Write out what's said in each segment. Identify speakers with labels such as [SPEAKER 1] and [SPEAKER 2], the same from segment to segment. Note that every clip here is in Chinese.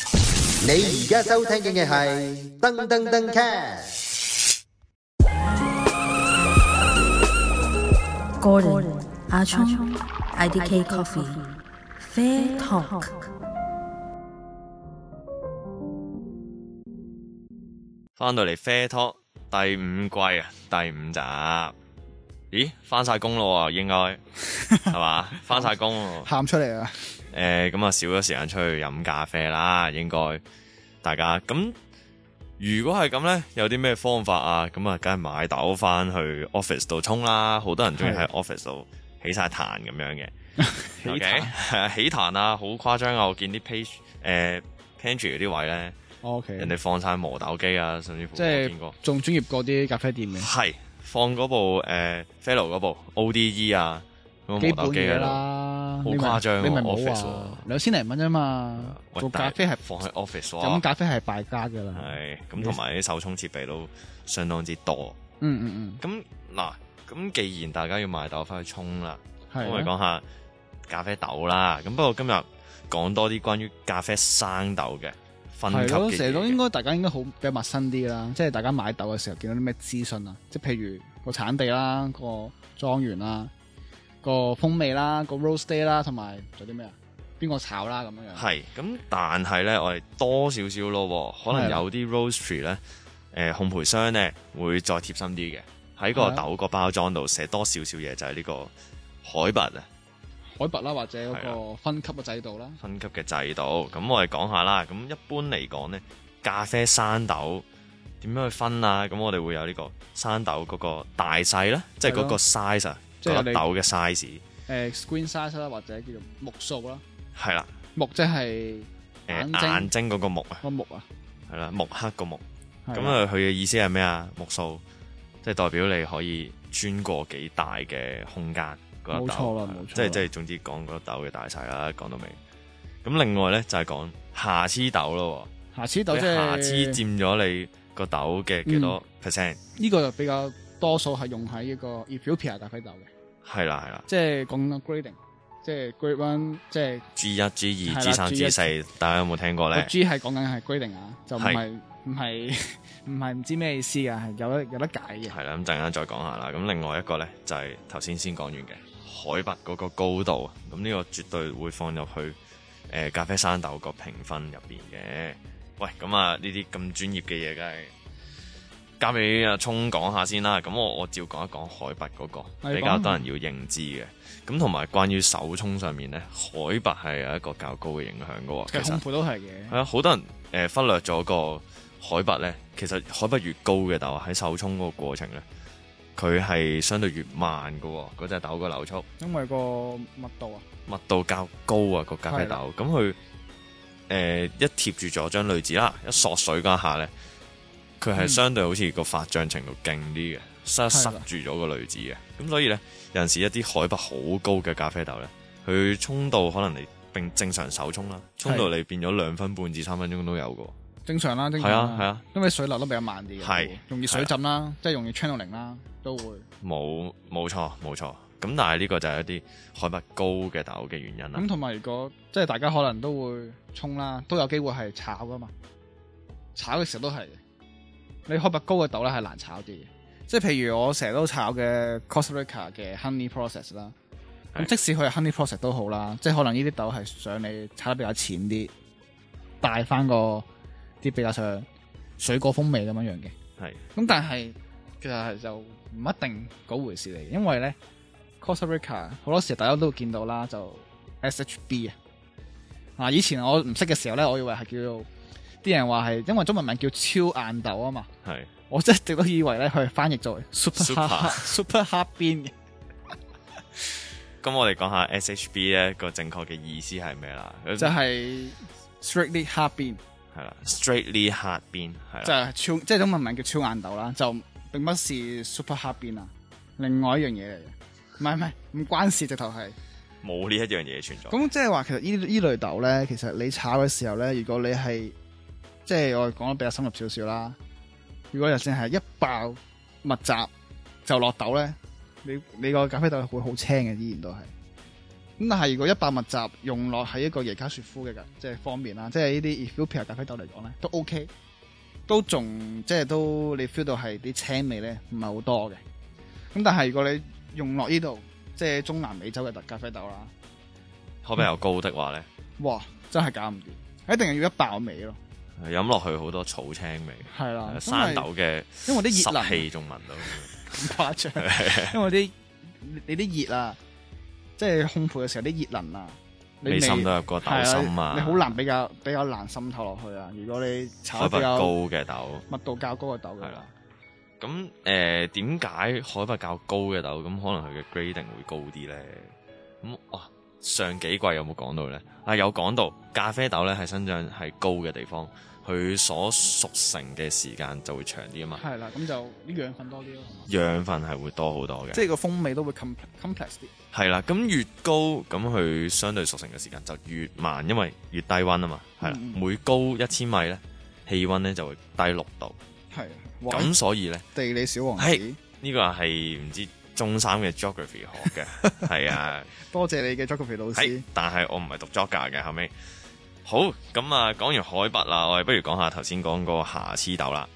[SPEAKER 1] 你而家收聽嘅係噔噔噔 cast。
[SPEAKER 2] Gordon, Ah Chong, IDK Coffee, Fair Talk.
[SPEAKER 3] 翻到嚟 Fair Talk 第五季啊，第五集。咦，翻晒工咯喎，應該係 嘛？翻晒工喎，
[SPEAKER 4] 喊出嚟啊！
[SPEAKER 3] 誒咁啊，少咗時間出去飲咖啡啦，應該大家咁。如果係咁呢，有啲咩方法啊？咁啊，梗係買豆翻去 office 度沖啦。好多人中意喺 office 度起晒痰咁樣 嘅。
[SPEAKER 4] 起
[SPEAKER 3] OK？
[SPEAKER 4] 痰
[SPEAKER 3] 係啊 起痰啊，好誇張啊！我見啲 page 誒 pantry 嗰啲位呢，
[SPEAKER 4] O K，
[SPEAKER 3] 人哋放晒磨豆機啊，甚至乎
[SPEAKER 4] 嗯即
[SPEAKER 3] 我見過
[SPEAKER 4] 係。仲專業過啲咖啡店嘅
[SPEAKER 3] 係放嗰部誒、呃 Fellow 嗰部 ODE 啊，嗰個
[SPEAKER 4] 基
[SPEAKER 3] 磨
[SPEAKER 4] 本
[SPEAKER 3] 豆機
[SPEAKER 4] 嘢
[SPEAKER 3] 喺度。
[SPEAKER 4] 啦，
[SPEAKER 3] 好
[SPEAKER 4] 你咪
[SPEAKER 3] 誇張喎
[SPEAKER 4] 你咪冇
[SPEAKER 3] office
[SPEAKER 4] 啊
[SPEAKER 3] 喎，啊
[SPEAKER 4] 兩千零蚊啫嘛，
[SPEAKER 3] 喂
[SPEAKER 4] 做
[SPEAKER 3] 但
[SPEAKER 4] 咖啡係
[SPEAKER 3] 放喺 office
[SPEAKER 4] 飲
[SPEAKER 3] 咯，
[SPEAKER 4] 咖啡係敗家噶啦，
[SPEAKER 3] 係咁同埋啲手沖設備都相當之多。
[SPEAKER 4] 嗯嗯
[SPEAKER 3] 咁嗱，咁既然大家要買豆翻去沖啦，
[SPEAKER 4] 嗯，
[SPEAKER 3] 咁我哋
[SPEAKER 4] 係啊，
[SPEAKER 3] 講下咖啡豆啦。咁不過今日講多啲關於咖啡生豆嘅分級
[SPEAKER 4] 係咯，
[SPEAKER 3] 嘅
[SPEAKER 4] 成日都
[SPEAKER 3] 嘢
[SPEAKER 4] 應
[SPEAKER 3] 嘅。
[SPEAKER 4] 該大家應該好比較陌生啲啦，即係大家買豆嘅時候見到啲咩資訊啊，即係譬如個產地啦、個莊園啦、個風味啦、個 roast day 啦，同埋仲有啲咩啊？邊個炒啦咁樣樣，
[SPEAKER 3] 係咁，但係咧，我哋多少少咯喎，可能
[SPEAKER 4] 係啊
[SPEAKER 3] 有啲 roastery 咧，誒、烘焙商咧會再貼心啲嘅，喺個
[SPEAKER 4] 係啊
[SPEAKER 3] 豆個包裝度寫多少少嘢，就係呢個海拔啊
[SPEAKER 4] 海拔啦，或者嗰
[SPEAKER 3] 係啊
[SPEAKER 4] 個分級嘅制度啦，
[SPEAKER 3] 分級嘅制度。咁我哋講下啦，咁一般嚟講咧，咖啡生豆點樣去分啊？咁我哋會有呢個生豆嗰個大細啦，即係嗰個
[SPEAKER 4] 係咯
[SPEAKER 3] size 啊，
[SPEAKER 4] 即係
[SPEAKER 3] 嗰
[SPEAKER 4] 有
[SPEAKER 3] 粒
[SPEAKER 4] 你
[SPEAKER 3] 豆嘅 size
[SPEAKER 4] 誒 screen size 啦，或者叫做目數啦，
[SPEAKER 3] 係啦，
[SPEAKER 4] 目即係
[SPEAKER 3] 誒、
[SPEAKER 4] 眼睛
[SPEAKER 3] 眼睛嗰個目啊，
[SPEAKER 4] 個目啊，
[SPEAKER 3] 係啦，目黑個目。
[SPEAKER 4] 係
[SPEAKER 3] 咁
[SPEAKER 4] 啦，
[SPEAKER 3] 啊，佢嘅意思係咩啊？目數即係代表你可以穿過幾大嘅空間嗰粒
[SPEAKER 4] 冇
[SPEAKER 3] 豆，
[SPEAKER 4] 錯啦冇錯
[SPEAKER 3] 啊即係
[SPEAKER 4] 啦
[SPEAKER 3] 即係總之講嗰粒豆嘅大細啦，講到尾。咁另外咧就係講瑕疵豆咯
[SPEAKER 4] 瑕疵豆
[SPEAKER 3] 喎，
[SPEAKER 4] 即
[SPEAKER 3] 你瑕疵
[SPEAKER 4] 係嗯
[SPEAKER 3] 佔咗你個豆嘅幾多 percent？
[SPEAKER 4] 呢個就比較多數係用喺呢個 Ethiopia 咖啡豆嘅，
[SPEAKER 3] 係啦係啦，
[SPEAKER 4] 即係講緊 grading，即係 grade one，即係
[SPEAKER 3] G 一、G 二、
[SPEAKER 4] 係
[SPEAKER 3] G
[SPEAKER 4] 啦
[SPEAKER 3] 三、
[SPEAKER 4] G
[SPEAKER 3] G
[SPEAKER 4] 一
[SPEAKER 3] 四，大家有冇聽過
[SPEAKER 4] 個
[SPEAKER 3] 咧？
[SPEAKER 4] G 係講緊係 grading 啊，就唔
[SPEAKER 3] 係
[SPEAKER 4] 係唔係唔係唔知咩意思啊，係有得有得解嘅。
[SPEAKER 3] 係啦，咁陣間再講下啦。咁另外一個咧就係頭先先講完嘅海拔嗰個高度啊，咁呢個絕對會放入去誒、呃咖啡山豆個評分入邊嘅。喂，咁啊呢啲咁專業嘅嘢，梗係交俾阿聰講下先啦。咁我我照講一講海拔嗰、個
[SPEAKER 4] 係
[SPEAKER 3] 比較
[SPEAKER 4] 講
[SPEAKER 3] 多人要認知嘅。咁同埋關於手沖上面咧，海拔係有一個較高嘅影響嘅
[SPEAKER 4] 其
[SPEAKER 3] 喎。
[SPEAKER 4] 實
[SPEAKER 3] 其
[SPEAKER 4] 烘
[SPEAKER 3] 實
[SPEAKER 4] 焙都係嘅，
[SPEAKER 3] 係啊，好多人誒、呃忽略咗個海拔咧。其實海拔越高嘅豆喺手沖嗰個過程咧，佢係相對越慢嘅喎。嗰隻豆個流速
[SPEAKER 4] 因為個密度啊，
[SPEAKER 3] 密度較高啊，個咖啡
[SPEAKER 4] 係啦
[SPEAKER 3] 豆咁佢誒一貼住咗張濾紙啦，一索水嗰一下咧，佢係
[SPEAKER 4] 嗯
[SPEAKER 3] 相對好似個發脹程度勁啲嘅，塞
[SPEAKER 4] 係
[SPEAKER 3] 塞
[SPEAKER 4] 啦
[SPEAKER 3] 住咗個濾紙嘅。咁所以咧，有陣時一啲海拔好高嘅咖啡豆咧，佢沖到可能你並正常手沖啦，沖到你變咗兩分半至三分鐘都有嘅喎。
[SPEAKER 4] 正常啦，正常
[SPEAKER 3] 係啊
[SPEAKER 4] 啦
[SPEAKER 3] 係啊，
[SPEAKER 4] 因為水流得比較慢啲嘅，
[SPEAKER 3] 係
[SPEAKER 4] 會容易水浸啦，即係容易 channeling 啦，都會
[SPEAKER 3] 冇冇錯冇錯，咁但係呢個就係一啲海拔高嘅豆嘅原因啦
[SPEAKER 4] 咁。同埋如果即係大家可能都會沖啦，都有機會係炒噶嘛。炒嘅時候都係嘅，你海拔高嘅豆咧係難炒啲嘅。即係譬如我成日都炒嘅 Costa Rica 嘅 Honey Process 啦，咁
[SPEAKER 3] 係
[SPEAKER 4] 即使佢係 Honey Process 都好啦，即係可能呢啲豆係想你炒得比較淺啲，帶翻個啲比較上水果風味咁樣樣嘅。
[SPEAKER 3] 係
[SPEAKER 4] 咁但係其實係就唔一定嗰回事嚟嘅，因為咧 Costa Rica 好多時大家都會見到啦，就 SHB 啊。嗱，以前我唔識嘅時候咧，我以為係叫做啲人話係因為中文名叫超硬豆啊嘛，
[SPEAKER 3] 係
[SPEAKER 4] 我真係一直都以為咧佢翻譯做 super
[SPEAKER 3] Super
[SPEAKER 4] hard super hard bean 嘅。
[SPEAKER 3] 咁我哋講下 SHB 咧個正確嘅意思係咩啦？
[SPEAKER 4] 就
[SPEAKER 3] 就
[SPEAKER 4] 係 strictly hard bean，
[SPEAKER 3] 係啦，straightly hard bean 係
[SPEAKER 4] 就
[SPEAKER 3] 啦，
[SPEAKER 4] 係超即係中文名叫超硬豆啦，就並不是 super hard bean 啊，另外一樣嘢嚟嘅，唔係唔係唔關事，直頭係。
[SPEAKER 3] 冇呢一樣嘢存在。
[SPEAKER 4] 咁即係話，其實呢呢類豆咧，其實你炒嘅時候咧，如果你係即係我講得比較深入少少啦，如果就算係一爆密集就落豆咧，你你個咖啡豆會好青嘅，依然都係。咁但係如果一百密集用落喺一個耶加雪夫嘅咖即係方面啦，即係呢啲 Ethiopia 咖啡豆嚟講咧，都 OK，都仲即係都你 feel 到係啲青味咧，唔係好多嘅。咁但係如果你用落呢度，即係中南美洲嘅特咖啡豆啦，
[SPEAKER 3] 可
[SPEAKER 4] 嗯
[SPEAKER 3] 比較高的話咧，
[SPEAKER 4] 哇，真係搞唔掂，一定係要一爆味咯，
[SPEAKER 3] 飲落去好多草青味，啊
[SPEAKER 4] 哦係啦，因為
[SPEAKER 3] 山豆嘅
[SPEAKER 4] 因為啲熱
[SPEAKER 3] 濕
[SPEAKER 4] 能
[SPEAKER 3] 氣仲聞到。
[SPEAKER 4] 咁誇張， 因為啲你啲熱啊，即係烘焙嘅時候啲熱能啊，你
[SPEAKER 3] 味深都有個豆心
[SPEAKER 4] 係
[SPEAKER 3] 啊，
[SPEAKER 4] 你好難比較比較難滲透落去啊。如果你炒
[SPEAKER 3] 海
[SPEAKER 4] 得
[SPEAKER 3] 拔
[SPEAKER 4] 比較
[SPEAKER 3] 高嘅豆。
[SPEAKER 4] 密度較高嘅豆嘅
[SPEAKER 3] 係啦
[SPEAKER 4] 話，
[SPEAKER 3] 咁誒點解海拔較高嘅豆咁可能佢嘅 grading 會高啲咧？咁啊上幾季有冇講到咧？啊有講到咖啡豆咧係生長係高嘅地方，佢所熟成嘅時間就會長啲啊嘛，
[SPEAKER 4] 係啦，咁就啲養分多啲咯，係嘛
[SPEAKER 3] 養分係會多好多嘅。
[SPEAKER 4] 即係個風味都會 complex complex 啲。
[SPEAKER 3] 係啦，咁越高咁佢相對熟成嘅時間就越慢，因為越低温啊嘛。係啦，
[SPEAKER 4] 嗯嗯
[SPEAKER 3] 每高一千米咧，氣温咧就會低六度。
[SPEAKER 4] 係哇
[SPEAKER 3] 咁所以咧，
[SPEAKER 4] 地理小王
[SPEAKER 3] 係
[SPEAKER 4] 子，
[SPEAKER 3] 呢個係唔知中三嘅 geography 學嘅，係啊。
[SPEAKER 4] 多謝你嘅 geography 老
[SPEAKER 3] 係
[SPEAKER 4] 師。，
[SPEAKER 3] 但係我唔係讀 Jogger 嘅後尾。好，咁啊，講完海拔啦，我哋不如講下頭先講個瑕疵豆啦。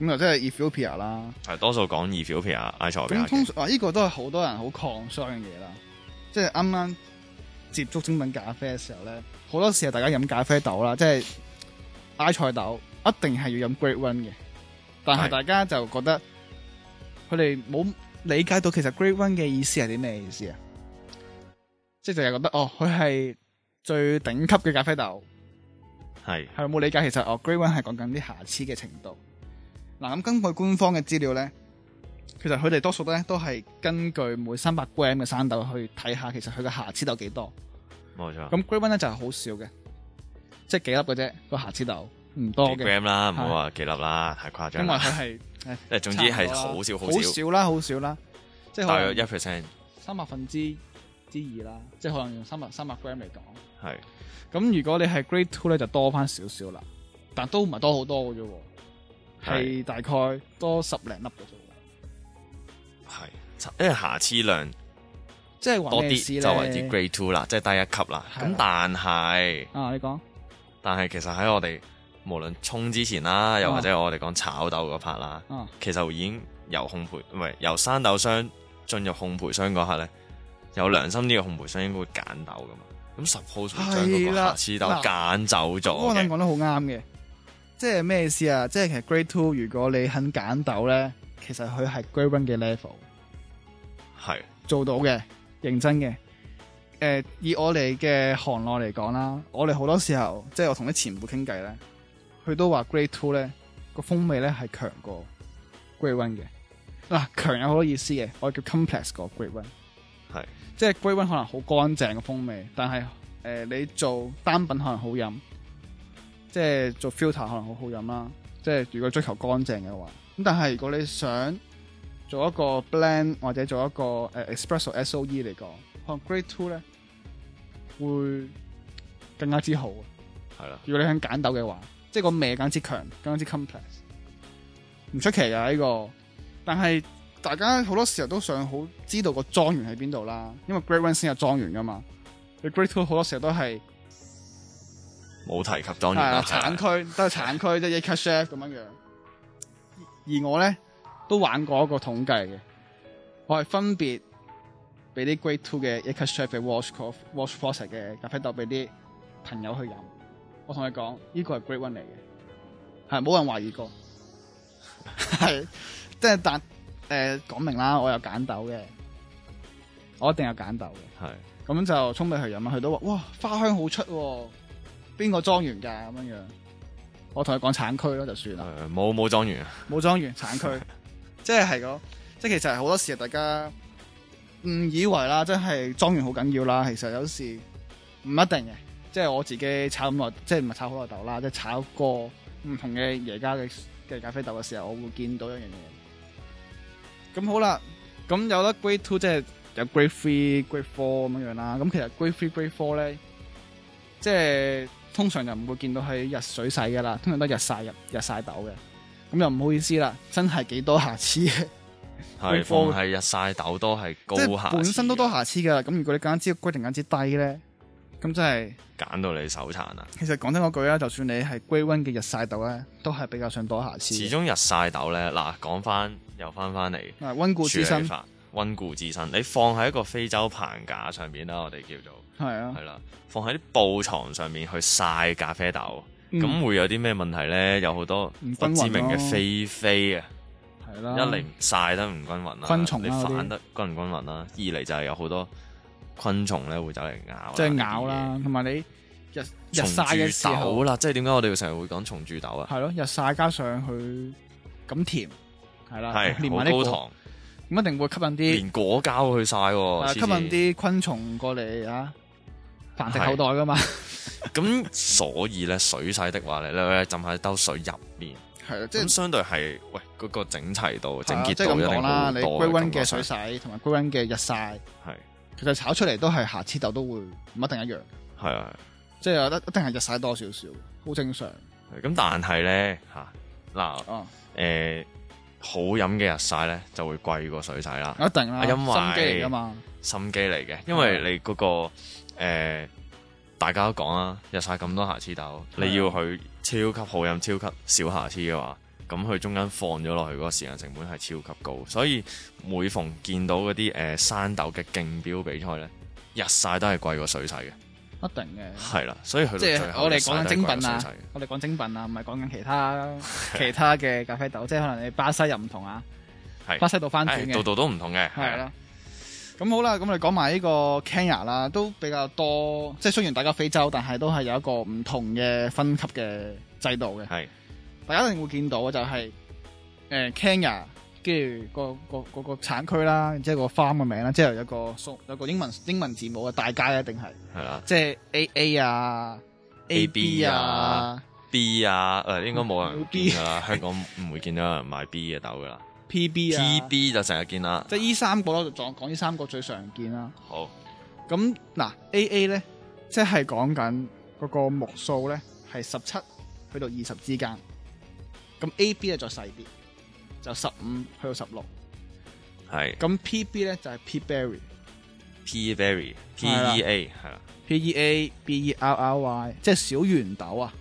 [SPEAKER 4] 咁就即係 Ethiopia 啦。
[SPEAKER 3] 係多數講 Ethiopia、埃塞俄比亞
[SPEAKER 4] 咁通
[SPEAKER 3] 嘅，
[SPEAKER 4] 常啊，呢個都係好多人好抗傷嘅嘢啦。即係啱啱接觸精品咖啡嘅時候咧，好多時候大家飲咖啡豆啦，即係埃塞豆，一定係要飲 Grade One 嘅。但
[SPEAKER 3] 係
[SPEAKER 4] 係大家就覺得佢哋冇理解到其實 Grade One 嘅意思係啲咩意思啊？即係就係覺得哦，佢係最頂級嘅咖啡豆。
[SPEAKER 3] 係
[SPEAKER 4] 係冇理解，其實哦，Grade One 係講緊啲瑕疵嘅程度。嗱，咁根據官方嘅資料咧，其實佢哋多數咧都係根據每三百 gram 嘅生豆去睇下，其實佢嘅瑕疵豆幾多。
[SPEAKER 3] 冇錯。
[SPEAKER 4] 咁 Grade One 咧就係好少嘅，即係幾粒嘅啫，個瑕疵豆唔多
[SPEAKER 3] 幾
[SPEAKER 4] 嘅，
[SPEAKER 3] 嗯 gram 啦，唔好話幾粒啦，太誇
[SPEAKER 4] 因為
[SPEAKER 3] 張
[SPEAKER 4] 佢
[SPEAKER 3] 啦。
[SPEAKER 4] 係誒
[SPEAKER 3] 誒，總之係
[SPEAKER 4] 差唔
[SPEAKER 3] 好
[SPEAKER 4] 多
[SPEAKER 3] 少
[SPEAKER 4] 啦
[SPEAKER 3] 好
[SPEAKER 4] 好
[SPEAKER 3] 少，
[SPEAKER 4] 少啦，好少啦，即係
[SPEAKER 3] 大
[SPEAKER 4] 可
[SPEAKER 3] 約一
[SPEAKER 4] 能
[SPEAKER 3] percent
[SPEAKER 4] 三百分之之二啦，即係可能用三百三百 gram 嚟講。
[SPEAKER 3] 係
[SPEAKER 4] 咁如果你係 Grade Two 咧，就多翻少少啦，但都唔係多好多嘅啫喎，
[SPEAKER 3] 係
[SPEAKER 4] 係大概多十零粒嘅啫喎。
[SPEAKER 3] 係，因為瑕疵量
[SPEAKER 4] 即係話
[SPEAKER 3] 多
[SPEAKER 4] 咩意思
[SPEAKER 3] 啲
[SPEAKER 4] 咧？
[SPEAKER 3] 就為之 grade two 啦，即係低一級啦。
[SPEAKER 4] 係
[SPEAKER 3] 咁
[SPEAKER 4] 啦
[SPEAKER 3] 但係
[SPEAKER 4] 啊！你講
[SPEAKER 3] 但係其實喺我哋無論沖之前
[SPEAKER 4] 嗯
[SPEAKER 3] 啦，又或者我哋講炒豆嗰 part 啦。
[SPEAKER 4] 啊，
[SPEAKER 3] 其實已經由烘焙唔係由生豆商進入烘焙商嗰刻咧，有良心啲嘅烘焙商應該會揀豆噶嘛。咁 suppose 會將嗰
[SPEAKER 4] 係
[SPEAKER 3] 個
[SPEAKER 4] 啦
[SPEAKER 3] 瑕疵豆
[SPEAKER 4] 嗱
[SPEAKER 3] 揀走
[SPEAKER 4] 嗰
[SPEAKER 3] 咗
[SPEAKER 4] 個你
[SPEAKER 3] 嘅，
[SPEAKER 4] 講得好啱嘅，即係咩意思啊？即係其實 Grade Two 如果你肯揀豆咧，其實佢係 Grade One 嘅 level
[SPEAKER 3] 係
[SPEAKER 4] 做到嘅，認真嘅。誒、以我哋嘅行內嚟講啦，我哋好多時候即係我同啲前輩傾偈咧，佢都話 Grade Two 咧個風味咧係強過 Grade One 嘅。嗱、強有好多意思嘅，我叫 complex 過 Grade One。
[SPEAKER 3] 係
[SPEAKER 4] 即係 Grade One 可能好乾淨嘅風味，但係誒、呃你做單品可能好飲，即係做 filter 可能好好飲啦。即係如果追求乾淨嘅話，咁但係如果你想做一個 blend 或者做一個誒、呃 espresso SOE 嚟講，可能 Grade Two 咧會更加之好。啊
[SPEAKER 3] 係啦，
[SPEAKER 4] 如果你肯揀豆嘅話，即係個味更加之強，更加之 complex，唔出奇㗎呢、個。但係大家好多時候都想好知道個莊園喺邊度啦，因為 Grade One 先有莊園噶嘛。你 Grade Two 好多時候都係
[SPEAKER 3] 冇提及當
[SPEAKER 4] 係
[SPEAKER 3] 然
[SPEAKER 4] 啊
[SPEAKER 3] 啦，
[SPEAKER 4] 產
[SPEAKER 3] 真係
[SPEAKER 4] 區，都係產區，即係 Yaka Chef 咁樣樣。而我咧都玩過一個統計嘅，我係分別俾啲 Grade Two 嘅 Yaka Chef 嘅 Wash Coff Wash Process 嘅咖啡豆俾啲朋友去飲。我同佢講，呢個係 Grade One 嚟嘅，係冇人懷疑過。係，即係但誒、呃、講明啦，我有揀豆嘅，我一定有揀豆嘅。
[SPEAKER 3] 係
[SPEAKER 4] 咁就沖俾佢飲啦，佢都話：哇，花香好出喎、邊個莊園㗎？咁樣樣，我同佢講產區咯，就算啦，
[SPEAKER 3] 誒冇冇莊園啊，
[SPEAKER 4] 冇莊園產區，即係係個，即係其實好多時大家誤以為啦，即係莊園好緊要啦，其實有時唔一定嘅，即係我自己炒咁耐，即係唔係炒好耐豆啦，即係炒過唔同嘅耶加嘅嘅咖啡豆嘅時候，我會見到一樣嘢。咁好啦，咁有得 Grade Two 即係有 Grade Three、Grade Four 咁樣樣啦。咁其實 Grade Three、Grade Four 咧，即係通常就唔會見到喺日水洗噶啦，通常都係日曬日日曬豆嘅。咁又唔好意思啦，真係幾多瑕疵嘅。
[SPEAKER 3] 係
[SPEAKER 4] 高科
[SPEAKER 3] 逢係日曬豆都係高
[SPEAKER 4] 即
[SPEAKER 3] 瑕
[SPEAKER 4] 係
[SPEAKER 3] 疵
[SPEAKER 4] 本身都
[SPEAKER 3] 嘅
[SPEAKER 4] 多瑕疵噶啦。咁如果你揀支規定揀支低咧，咁真係
[SPEAKER 3] 揀到你手殘啊！
[SPEAKER 4] 其實講真嗰句啦，就算你係龜温嘅日曬豆咧，都係比較上多瑕疵嘅。
[SPEAKER 3] 始終日曬豆咧，嗱講翻又翻翻嚟
[SPEAKER 4] 啊温故知
[SPEAKER 3] 處理
[SPEAKER 4] 新
[SPEAKER 3] 法，温故知新。你放喺一個非洲棚架上面啦，我哋叫做
[SPEAKER 4] 係啊
[SPEAKER 3] 係，啦，放喺啲布床上面去曬咖啡豆，
[SPEAKER 4] 嗯
[SPEAKER 3] 咁、會有啲咩問題咧？有好多
[SPEAKER 4] 唔均
[SPEAKER 3] 不
[SPEAKER 4] 勻
[SPEAKER 3] 知名嘅
[SPEAKER 4] 咯
[SPEAKER 3] 飛飛啊！
[SPEAKER 4] 係啦，
[SPEAKER 3] 一嚟曬得唔均勻啦，
[SPEAKER 4] 昆蟲啦
[SPEAKER 3] 你
[SPEAKER 4] 嗰啲
[SPEAKER 3] 反得均唔均勻啦；二嚟就係有好多昆蟲咧會走嚟咬，啊
[SPEAKER 4] 即係咬啦，，同埋你日日
[SPEAKER 3] 蟲
[SPEAKER 4] 曬嘅時
[SPEAKER 3] 蛀豆
[SPEAKER 4] 候，
[SPEAKER 3] 啦。即係點解我哋成日會講蟲蛀豆啊？
[SPEAKER 4] 係咯，日曬加上佢咁甜，係啦，
[SPEAKER 3] 係
[SPEAKER 4] 啊連
[SPEAKER 3] 好
[SPEAKER 4] 埋呢
[SPEAKER 3] 高
[SPEAKER 4] 個
[SPEAKER 3] 糖，
[SPEAKER 4] 咁一定會吸引啲
[SPEAKER 3] 連果膠去曬
[SPEAKER 4] 啊
[SPEAKER 3] 喎，
[SPEAKER 4] 吸
[SPEAKER 3] 黐線
[SPEAKER 4] 引啲昆蟲過嚟啊，繁殖後代噶嘛，
[SPEAKER 3] 咁所以咧水洗的話咧，你咧浸喺兜水入面，
[SPEAKER 4] 係啦，即
[SPEAKER 3] 咁
[SPEAKER 4] 係
[SPEAKER 3] 相對係喂嗰個整齊度、整
[SPEAKER 4] 係啊
[SPEAKER 3] 潔
[SPEAKER 4] 即
[SPEAKER 3] 度一
[SPEAKER 4] 係咁
[SPEAKER 3] 定
[SPEAKER 4] 講啦，你
[SPEAKER 3] 高
[SPEAKER 4] 龜温嘅水
[SPEAKER 3] 啊水
[SPEAKER 4] 洗同埋龜温嘅日曬，
[SPEAKER 3] 係
[SPEAKER 4] 其實炒出嚟都係瑕疵豆都會唔一定一樣，
[SPEAKER 3] 係啊。
[SPEAKER 4] 即係我覺得一定係日曬多少少，好正常
[SPEAKER 3] 係咁但係咧嚇嗱
[SPEAKER 4] 啊，
[SPEAKER 3] 誒好飲嘅日曬咧就會貴過水洗啦。
[SPEAKER 4] 一定啦，
[SPEAKER 3] 啊因為
[SPEAKER 4] 心機嚟噶嘛，
[SPEAKER 3] 心機嚟嘅，因
[SPEAKER 4] 嗯
[SPEAKER 3] 為你嗰、個、呃、大家都講啊，日晒咁多瑕疵豆，
[SPEAKER 4] 係啊
[SPEAKER 3] 你要去超級好飲、超級少瑕疵嘅話，咁佢中間放咗落去嗰個時間成本係超級高，所以每逢見到嗰啲誒山豆嘅競標比賽呢，日晒都係貴過水洗嘅，
[SPEAKER 4] 一定嘅。
[SPEAKER 3] 係啦， 所以去到
[SPEAKER 4] 即係
[SPEAKER 3] 最後
[SPEAKER 4] 我哋
[SPEAKER 3] 日曬
[SPEAKER 4] 講緊
[SPEAKER 3] 都係
[SPEAKER 4] 精
[SPEAKER 3] 貴
[SPEAKER 4] 品
[SPEAKER 3] 過水
[SPEAKER 4] 啊
[SPEAKER 3] 洗，
[SPEAKER 4] 我哋講精品啊，唔係講緊其 他其他嘅咖啡豆，即係可能你巴西又唔同啊，
[SPEAKER 3] 係
[SPEAKER 4] 巴西倒翻轉
[SPEAKER 3] 唉
[SPEAKER 4] 嘅，
[SPEAKER 3] 度度都唔同嘅，
[SPEAKER 4] 係
[SPEAKER 3] 係啊啦
[SPEAKER 4] 啦。咁好啦，咁我哋講埋呢個 Kenya 啦，都比較多，即係雖然大家非洲，但係都係有一個唔同嘅分級嘅制度嘅。
[SPEAKER 3] 係
[SPEAKER 4] 大家一定會見到嘅就係、誒 Kenya，跟住個個個個產區啦，然之後個 farm 嘅名啦，之後有個數有個英文英文字母嘅大街一定係
[SPEAKER 3] 係啦
[SPEAKER 4] 即係 A A 啊
[SPEAKER 3] AB 啊
[SPEAKER 4] 啊。
[SPEAKER 3] B 啊，誒、應該冇人
[SPEAKER 4] B
[SPEAKER 3] 見㗎啦，香港唔會見到有人賣 B 嘅豆㗎啦
[SPEAKER 4] P.B. 啊
[SPEAKER 3] ，TB 就成日見啦，
[SPEAKER 4] 即係依三個咯，就講講依三個最常見啦。
[SPEAKER 3] 好。
[SPEAKER 4] 咁嗱，A.A. 咧，即係講緊嗰個目數咧係十七去到二十之間。咁 A.B. 咧再細啲，就十五去到十六。
[SPEAKER 3] 係
[SPEAKER 4] 咁 P.B. 咧就係 P. Berry。
[SPEAKER 3] P berry P
[SPEAKER 4] 係啦
[SPEAKER 3] E A 係啦，
[SPEAKER 4] P.E.A. B.E.R.R.Y. 即係小圓豆啊！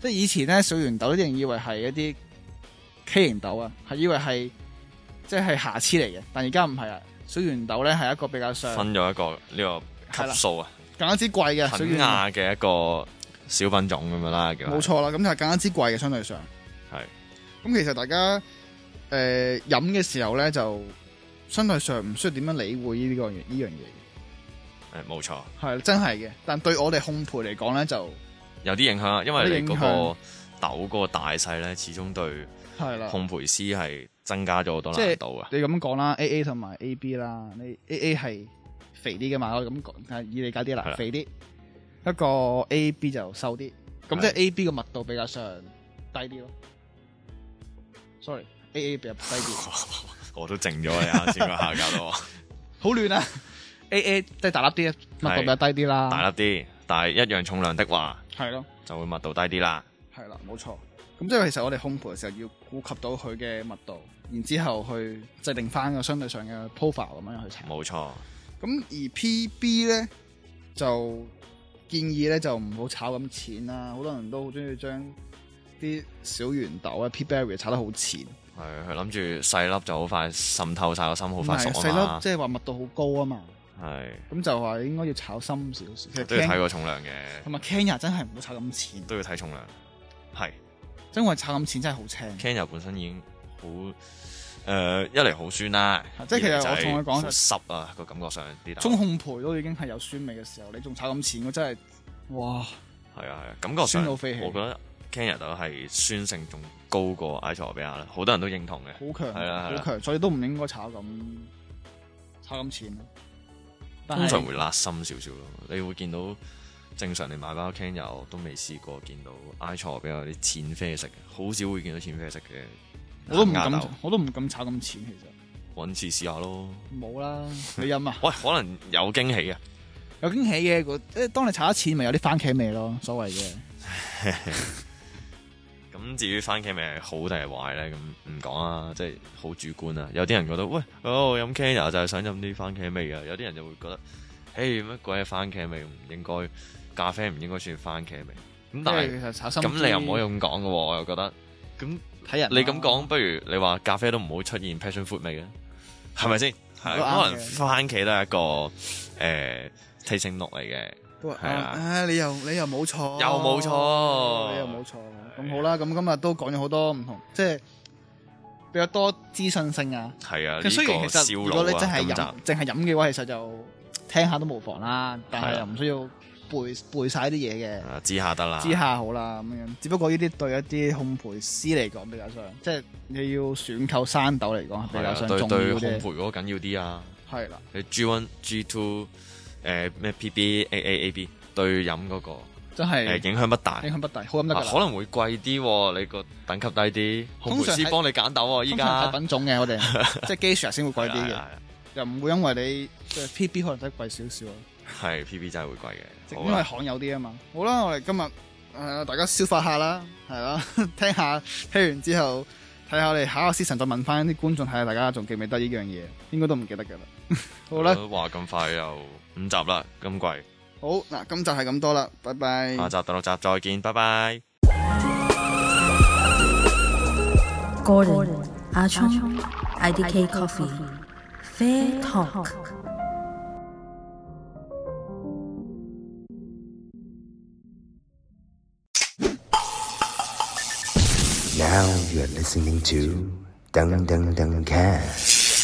[SPEAKER 4] 即係以前咧，小圓豆啲人以為係一啲畸形豆啊，係以為係即係瑕疵嚟嘅，但而家唔係啊。小圓豆咧係一個比較上
[SPEAKER 3] 分咗一個呢個級
[SPEAKER 4] 係啦
[SPEAKER 3] 數啊，
[SPEAKER 4] 更加之貴嘅小
[SPEAKER 3] 肯
[SPEAKER 4] 圓豆。
[SPEAKER 3] 亞嘅一個小品種咁樣啦，叫係
[SPEAKER 4] 冇，錯啦，咁就係更加之貴嘅相對上。
[SPEAKER 3] 係
[SPEAKER 4] 咁其實大家誒飲嘅時候咧，就相對上唔需要點樣理會呢、個呢樣嘢
[SPEAKER 3] 誒冇錯，
[SPEAKER 4] 嘅，係真係嘅。但對我哋烘焙嚟講咧，就
[SPEAKER 3] 有啲影響啊，因為你
[SPEAKER 4] 有
[SPEAKER 3] 嗰
[SPEAKER 4] 啲影
[SPEAKER 3] 個
[SPEAKER 4] 響
[SPEAKER 3] 豆嗰個大細咧，始終對
[SPEAKER 4] 係啦。
[SPEAKER 3] 烘焙師係增加咗好多
[SPEAKER 4] 即係
[SPEAKER 3] 難度啊，
[SPEAKER 4] 你咁講啦，A A 同埋 A B 啦，你 A A 係肥啲嘅嘛，我哋咁講，係以理解啲
[SPEAKER 3] 係
[SPEAKER 4] 啦
[SPEAKER 3] 啦，
[SPEAKER 4] 肥啲。一個 A B 就瘦啲，咁即係 A B 嘅密度比較上低啲咯。Sorry，A A 比較低啲。
[SPEAKER 3] 我都靜咗你啱先個下教 到我
[SPEAKER 4] 好亂啊！A A 即係大粒啲，密度比較低啲啦。
[SPEAKER 3] 大粒啲，但係一樣重量的話，
[SPEAKER 4] 係咯，
[SPEAKER 3] 就會密度低啲啦，
[SPEAKER 4] 係啦，冇錯。咁即係其實我哋烘焙嘅時候要顧及到佢嘅密度，然之後去制定翻個相對上嘅 profile 咁樣去查。
[SPEAKER 3] 冇錯，
[SPEAKER 4] 咁而 PB 咧就建議咧就唔好炒咁淺啦，好多人都好中意將啲小圓豆啊 P berry 炒得好淺，
[SPEAKER 3] 係佢諗住細粒就好快滲透晒個心，好
[SPEAKER 4] 唔
[SPEAKER 3] 快
[SPEAKER 4] 係
[SPEAKER 3] 熟啊
[SPEAKER 4] 細
[SPEAKER 3] 嘛
[SPEAKER 4] 粒，即係話密度好高啊嘛，
[SPEAKER 3] 係
[SPEAKER 4] 咁就話應該要炒深少少。其實
[SPEAKER 3] 都要睇
[SPEAKER 4] Ken-
[SPEAKER 3] 個重量嘅，
[SPEAKER 4] 同埋 Kenya 真係唔好炒咁淺，
[SPEAKER 3] 都要睇重量，係。
[SPEAKER 4] 因為炒咁淺真係好青。
[SPEAKER 3] Ken 又本身已經好誒、呃一嚟好酸啦，
[SPEAKER 4] 啊即係其實
[SPEAKER 3] 二嚟就係
[SPEAKER 4] 我同佢講
[SPEAKER 3] 好濕啊個感覺上啲
[SPEAKER 4] 中
[SPEAKER 3] 豆，
[SPEAKER 4] 烘焙都已經係有酸味嘅時候，你仲炒咁淺，我真係哇！
[SPEAKER 3] 係啊係啊，感覺上
[SPEAKER 4] 酸到飛起
[SPEAKER 3] 我覺得 Ken 豆係酸性仲高過埃塞俄比亞啦，好多人都認同嘅，
[SPEAKER 4] 好強，
[SPEAKER 3] 係啦係啦
[SPEAKER 4] 好強，所以都唔應該炒咁炒咁淺咯。但
[SPEAKER 3] 通
[SPEAKER 4] 係
[SPEAKER 3] 常會辣心少少咯。你會見到正常你買包 Ken 油都未試過見到埃塞俄比亞有啲淺啡色嘅，好少會見到淺啡色嘅。
[SPEAKER 4] 我都唔敢
[SPEAKER 3] 豆，，
[SPEAKER 4] 我都唔敢炒咁淺。其實
[SPEAKER 3] 揾次試下咯。，
[SPEAKER 4] 冇啦，你飲啊
[SPEAKER 3] 喂，可能有驚喜啊！
[SPEAKER 4] 有驚喜嘅。嗰即係當你炒得淺，咪有啲番茄味咯，所謂嘅。
[SPEAKER 3] 咁咁至於番茄味係好定係壞咧，咁唔講啦，即係好主觀啦。有啲人覺得喂，哦我飲 Kenya 就係想飲啲番茄味啊，有啲人就會覺得，誒乜鬼嘢番茄味唔應該，咖啡唔應該算番茄味。咁但係
[SPEAKER 4] 因為其實炒心
[SPEAKER 3] 咁你又唔可以咁
[SPEAKER 4] 用
[SPEAKER 3] 講嘅喎，我又覺得咁。
[SPEAKER 4] 睇人啦。啊
[SPEAKER 3] 你咁講，不如你話咖啡都唔好出現 passion fruit 味嘅，係咪先？係
[SPEAKER 4] 都啱嘅
[SPEAKER 3] 可能番茄都係一個誒 tasting note 嚟嘅，
[SPEAKER 4] 都話
[SPEAKER 3] 係啊
[SPEAKER 4] 啊，你又你又冇錯，
[SPEAKER 3] 又冇錯
[SPEAKER 4] 哦你又冇錯。咁好啦，咁今日都講咗好多唔同，即係比較多資訊性啊。
[SPEAKER 3] 係啊。
[SPEAKER 4] 其實雖然
[SPEAKER 3] 呢
[SPEAKER 4] 其
[SPEAKER 3] 個
[SPEAKER 4] 實
[SPEAKER 3] 燒
[SPEAKER 4] 如果你
[SPEAKER 3] 腦
[SPEAKER 4] 真係
[SPEAKER 3] 啊，今集
[SPEAKER 4] 飲，淨係飲嘅話，其實就聽下都無妨啦，但
[SPEAKER 3] 係啊
[SPEAKER 4] 係又唔需要背背晒啲嘢嘅。
[SPEAKER 3] 啊知下得啦，
[SPEAKER 4] 之下好啦咁樣。只不過呢啲對一啲烘焙師嚟講比較上，即係你要選購山豆嚟講比
[SPEAKER 3] 係
[SPEAKER 4] 較
[SPEAKER 3] 啊，
[SPEAKER 4] 上
[SPEAKER 3] 對
[SPEAKER 4] 重要
[SPEAKER 3] 對
[SPEAKER 4] 嘅
[SPEAKER 3] 烘。焙嗰個緊要啲啊。
[SPEAKER 4] 係啦，
[SPEAKER 3] 你 G one、G two 誒咩 PB、A A A B 對飲嗰個
[SPEAKER 4] 真
[SPEAKER 3] 誒
[SPEAKER 4] 係
[SPEAKER 3] 影響不大。
[SPEAKER 4] 影響不大，好飲得
[SPEAKER 3] 啊
[SPEAKER 4] 㗎
[SPEAKER 3] 可
[SPEAKER 4] 啦。
[SPEAKER 3] 能會貴啲喎，你個等級低啲，
[SPEAKER 4] 通
[SPEAKER 3] 烘焙
[SPEAKER 4] 常
[SPEAKER 3] 師
[SPEAKER 4] 係
[SPEAKER 3] 幫你揀豆喎，依
[SPEAKER 4] 通常
[SPEAKER 3] 家
[SPEAKER 4] 睇品種嘅 我哋，即係 g a s 先會貴啲
[SPEAKER 3] 係
[SPEAKER 4] 嘅
[SPEAKER 3] 啊，
[SPEAKER 4] 又唔會因為你即係 PB 可能得貴少少啊，
[SPEAKER 3] 係 PB 真係會貴嘅，好
[SPEAKER 4] 因為
[SPEAKER 3] 啊
[SPEAKER 4] 罕有啲啊嘛。好啦，我哋今日誒、呃大家消化下啦，係啦， 聽下聽完之後睇下我哋下個 season 再問翻啲觀眾睇下大家仲記唔記得呢樣嘢，應該都唔記得㗎啦。 好啦，
[SPEAKER 3] 話咁快又五集啦，今季
[SPEAKER 4] 好嗱，今集係咁多啦，拜拜。
[SPEAKER 3] 下集第六集再見，拜拜。
[SPEAKER 2] Gordon, Achong, IDK Coffee, Fair Talk.
[SPEAKER 1] Now you are listening to Dung Dung Dung Cat.